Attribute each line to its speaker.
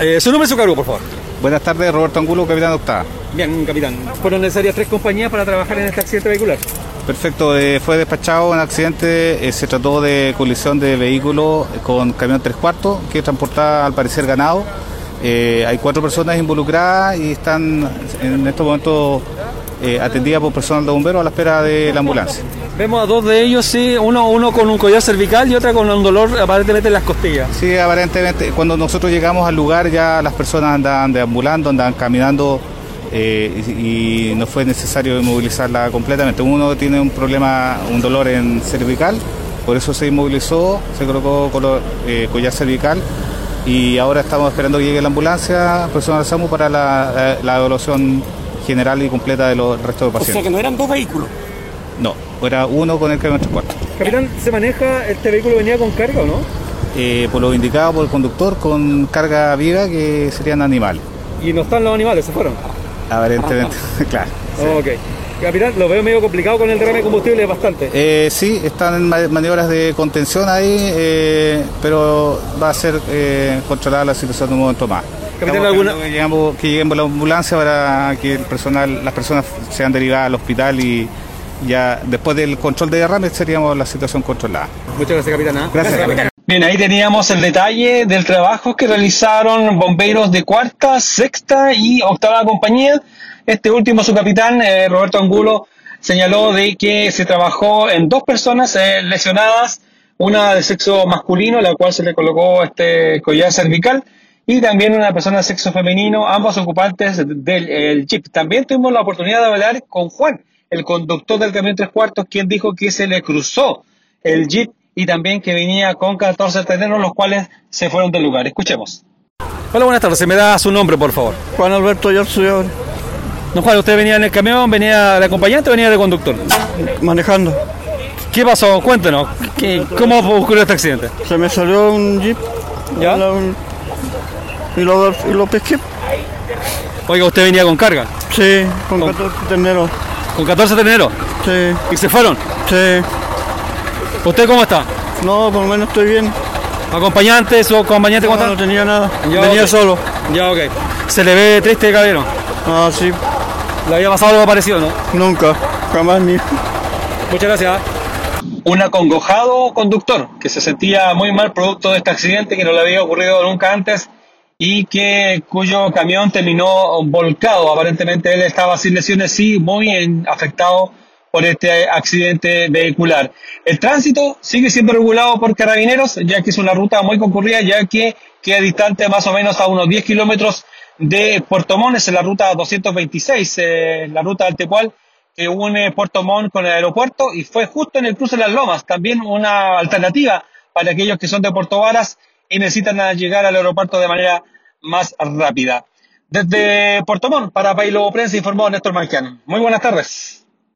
Speaker 1: Eh, su nombre y su cargo, por favor.
Speaker 2: Buenas tardes, Roberto Angulo, capitán Octava.
Speaker 1: Bien, capitán. Fueron necesarias tres compañías para trabajar en este accidente vehicular.
Speaker 2: Perfecto, eh, fue despachado un accidente, eh, se trató de colisión de vehículo con camión tres cuartos que transportaba al parecer ganado. Eh, hay cuatro personas involucradas y están en estos momentos eh, atendidas por personal de bomberos a la espera de la ambulancia.
Speaker 1: Vemos a dos de ellos, sí, uno, uno con un collar cervical y otra con un dolor aparentemente en las costillas.
Speaker 2: Sí, aparentemente cuando nosotros llegamos al lugar ya las personas andaban deambulando, andaban caminando eh, y, y no fue necesario inmovilizarla completamente. Uno tiene un problema, un dolor en cervical, por eso se inmovilizó, se colocó colo- eh, collar cervical y ahora estamos esperando que llegue la ambulancia, personal de SAMU para la, la- la evaluación general y completa de los restos de
Speaker 3: O sea
Speaker 2: pacientes.
Speaker 3: que no eran dos vehículos.
Speaker 2: No, era uno con el camión tres cuartos.
Speaker 1: Capitán, ¿se maneja este vehículo venía con carga o no?
Speaker 2: Eh, por lo indicado por el conductor con carga viva que serían animales,
Speaker 1: Y no están los animales, se fueron.
Speaker 2: aparentemente, claro.
Speaker 1: Ok. Capitán, lo veo medio complicado con el derrame de combustible, es bastante.
Speaker 2: Eh, sí, están en ma- maniobras de contención ahí, eh, pero va a ser eh, controlada la situación en un momento más.
Speaker 1: Capitán,
Speaker 2: Estamos
Speaker 1: ¿alguna-
Speaker 2: esperando que, llegamos- que lleguemos la ambulancia para que el personal, las personas sean derivadas al hospital y ya después del control de derrame seríamos la situación controlada.
Speaker 1: Muchas gracias, capitán. ¿ah?
Speaker 2: Gracias, capitán.
Speaker 4: Bien, ahí teníamos el detalle del trabajo que realizaron bomberos de cuarta, sexta y octava compañía. Este último, su capitán, eh, Roberto Angulo, señaló de que se trabajó en dos personas eh, lesionadas, una de sexo masculino, la cual se le colocó este collar cervical, y también una persona de sexo femenino, ambos ocupantes del el jeep. También tuvimos la oportunidad de hablar con Juan, el conductor del camión tres cuartos, quien dijo que se le cruzó el jeep y también que venía con 14 terrenos, los cuales se fueron del lugar. Escuchemos.
Speaker 1: Hola, buenas tardes. ¿Se me da su nombre, por favor?
Speaker 5: Juan Alberto Yorsuyabra,
Speaker 1: Don Juan, ¿usted venía en el camión, venía de acompañante o venía de conductor?
Speaker 5: manejando.
Speaker 1: ¿Qué pasó? Cuéntenos. ¿Qué- ¿Cómo ocurrió este accidente?
Speaker 5: Se me salió un jeep
Speaker 1: ¿Ya?
Speaker 5: a la- un- y, lo, y lo pesqué.
Speaker 1: Oiga, usted venía con carga,
Speaker 5: Sí, con
Speaker 1: Con-
Speaker 5: 14 terneros.
Speaker 1: con 14 de enero,
Speaker 5: Sí,
Speaker 1: y se fueron.
Speaker 5: sí.
Speaker 1: ¿Usted cómo está?
Speaker 5: No, por lo menos estoy bien.
Speaker 1: ¿Acompañante, su acompañante
Speaker 5: No,
Speaker 1: cómo
Speaker 5: no
Speaker 1: está?
Speaker 5: tenía nada.
Speaker 1: Ya,
Speaker 5: Venía
Speaker 1: ok.
Speaker 5: solo.
Speaker 1: Ya, ok. Se le ve triste, caballero.
Speaker 5: Ah, sí,
Speaker 1: Le había pasado algo parecido, ¿no?
Speaker 5: nunca. Jamás ni.
Speaker 1: Muchas gracias.
Speaker 4: Un acongojado conductor que se sentía muy mal producto de este accidente que no le había ocurrido nunca antes y que cuyo camión terminó volcado. Aparentemente él estaba sin lesiones, sí, muy en- afectado por este accidente vehicular. El tránsito sigue siendo regulado por carabineros, ya que es una ruta muy concurrida, ya que queda distante más o menos a unos 10 kilómetros de Puerto Montt, es la ruta 226, eh, la ruta del Tepual, que une Puerto Montt con el aeropuerto y fue justo en el cruce de las Lomas, también una alternativa para aquellos que son de Puerto Varas y necesitan ah, llegar al aeropuerto de manera más rápida. Desde Puerto Montt, para País Lobo Prensa, informó Néstor Marquian. Muy buenas tardes.